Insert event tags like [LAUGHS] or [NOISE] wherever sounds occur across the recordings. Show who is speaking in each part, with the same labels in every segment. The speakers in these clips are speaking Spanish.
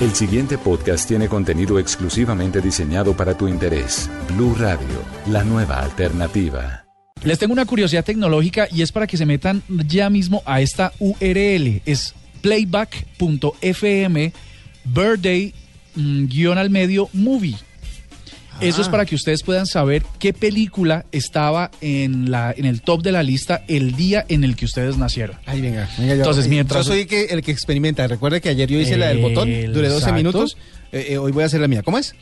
Speaker 1: El siguiente podcast tiene contenido exclusivamente diseñado para tu interés. Blue Radio, la nueva alternativa.
Speaker 2: Les tengo una curiosidad tecnológica y es para que se metan ya mismo a esta URL. Es playback.fm birthday mm, guión al medio movie. Eso es para que ustedes puedan saber qué película estaba en, la, en el top de la lista el día en el que ustedes nacieron.
Speaker 3: Ay, venga, venga yo.
Speaker 2: Entonces,
Speaker 3: eh,
Speaker 2: mientras-
Speaker 3: Yo soy que- el que experimenta. Recuerde que ayer yo hice la del botón, duré 12
Speaker 2: Exacto.
Speaker 3: minutos. eh, eh, hoy voy a hacer la mía. ¿Cómo es?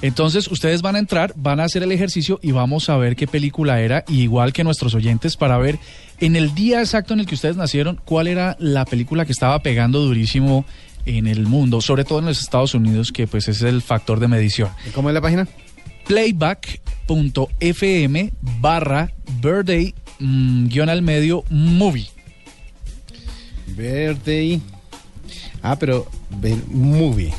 Speaker 2: Entonces ustedes van a entrar, van a hacer el ejercicio y vamos a ver qué película era, y igual que nuestros oyentes, para ver en el día exacto en el que ustedes nacieron cuál era la película que estaba pegando durísimo en el mundo, sobre todo en los Estados Unidos, que pues es el factor de medición.
Speaker 3: ¿Cómo es la página?
Speaker 2: Playback.fm barra birthday mm, guión al medio movie.
Speaker 3: Verde. Ah, pero ver- movie.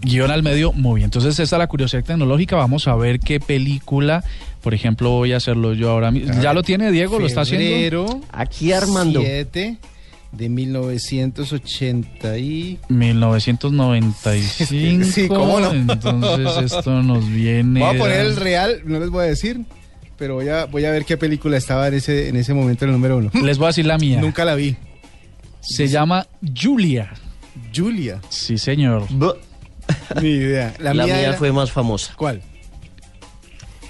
Speaker 2: Guión al medio movie. Entonces esta es la curiosidad tecnológica, vamos a ver qué película, por ejemplo, voy a hacerlo yo ahora mismo. ¿Ya lo tiene Diego? ¿Lo está haciendo?
Speaker 3: Febrero
Speaker 4: Aquí Armando.
Speaker 3: 7 de 1980 y
Speaker 2: 1995.
Speaker 3: Sí, cómo no.
Speaker 2: Entonces esto nos viene.
Speaker 3: Voy a poner el
Speaker 2: a-
Speaker 3: real, no les voy a decir, pero voy a voy a ver qué película estaba en ese en ese momento el número uno.
Speaker 2: Les voy a decir la mía.
Speaker 3: Nunca la vi.
Speaker 2: Se llama Julia.
Speaker 3: Julia,
Speaker 2: Sí, señor.
Speaker 4: Bu-
Speaker 3: ni idea.
Speaker 4: La, mía,
Speaker 3: era-
Speaker 4: fue más famosa.
Speaker 3: ¿Cuál?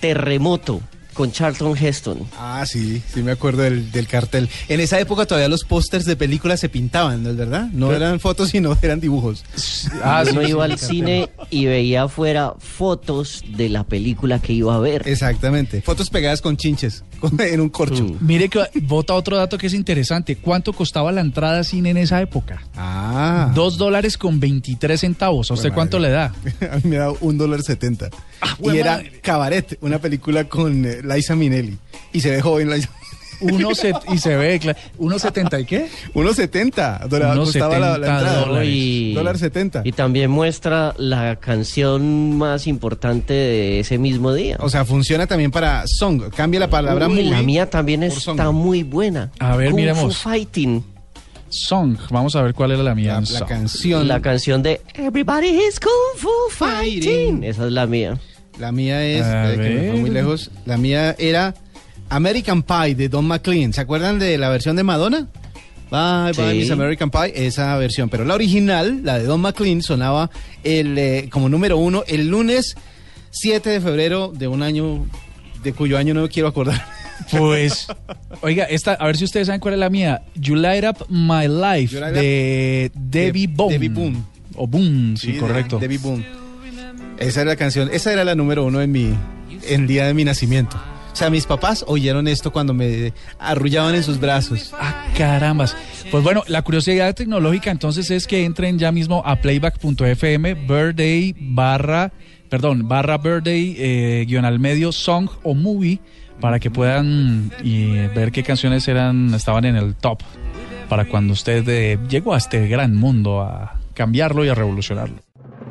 Speaker 4: Terremoto con Charlton Heston.
Speaker 3: Ah, sí, sí me acuerdo del, del cartel. En esa época todavía los pósters de películas se pintaban, ¿no es verdad? No eran fotos, sino [LAUGHS] eran dibujos.
Speaker 2: Ah,
Speaker 4: Uno
Speaker 2: sí,
Speaker 4: iba al cine y veía afuera fotos de la película que iba a ver.
Speaker 3: Exactamente. Fotos pegadas con chinches, [LAUGHS] con- en un corcho.
Speaker 4: Mm.
Speaker 2: Mire que bota otro dato que es interesante. ¿Cuánto costaba la entrada a cine en esa época?
Speaker 3: Ah.
Speaker 2: Dos dólares con 23 centavos. ¿A usted
Speaker 3: Jue
Speaker 2: cuánto
Speaker 3: madre.
Speaker 2: le da?
Speaker 3: [LAUGHS] A mí me da un dólar setenta.
Speaker 4: Ah,
Speaker 2: jue
Speaker 3: y era
Speaker 2: madre.
Speaker 3: Cabaret, una película con eh, Liza Minelli. Y se ve joven Liza. [LAUGHS]
Speaker 2: Uno se, y se ve, claro. ¿Uno setenta y qué?
Speaker 3: 1.70 dólar,
Speaker 2: Unos
Speaker 3: costaba la, la
Speaker 2: 70
Speaker 3: entrada.
Speaker 2: dólares.
Speaker 3: Dólar 70.
Speaker 4: Y también muestra la canción más importante de ese mismo día.
Speaker 3: O sea, funciona también para song. Cambia la palabra
Speaker 4: Uy, la
Speaker 3: movie.
Speaker 4: mía también
Speaker 3: por
Speaker 4: está
Speaker 3: song.
Speaker 4: muy buena.
Speaker 2: A ver,
Speaker 4: Kung Fu
Speaker 2: miremos.
Speaker 4: Fighting.
Speaker 2: Song. Vamos a ver cuál era la mía.
Speaker 3: La,
Speaker 2: en
Speaker 3: la
Speaker 2: Song.
Speaker 3: canción.
Speaker 4: La
Speaker 3: La,
Speaker 4: canción de Everybody is Kung Fu Fighting. Esa es la mía.
Speaker 3: mía es.
Speaker 2: A
Speaker 3: eh, que me fue
Speaker 2: ver.
Speaker 3: muy lejos. La mía era American Pie de Don McLean. ¿Se acuerdan de la versión de Madonna? Bye, bye,
Speaker 4: Sí.
Speaker 3: Miss American Pie, esa versión. Pero la original, la de Don McLean, sonaba el, eh, como número uno el lunes 7 de febrero de un año de cuyo año no me quiero acordar.
Speaker 2: Pues, oiga, esta, a ver si ustedes saben cuál es la mía. You Light Up My Life
Speaker 3: You Light
Speaker 2: de Debbie
Speaker 3: De-
Speaker 2: Boom.
Speaker 3: Debbie Boom.
Speaker 2: O Boom, sí,
Speaker 3: de-
Speaker 2: correcto.
Speaker 3: de Big Boom. Esa era la canción, esa era la número uno en mi, en el día de mi nacimiento. O sea, mis papás oyeron esto cuando me arrullaban en sus brazos.
Speaker 2: Ah, carambas. Pues bueno, la curiosidad tecnológica entonces es que entren ya mismo a playback.fm, birthday barra, perdón, barra birthday eh, guión al medio, song o movie, para que puedan y, eh, ver qué canciones eran, estaban en el top, para cuando usted eh, llegó a este gran mundo a cambiarlo y a revolucionarlo.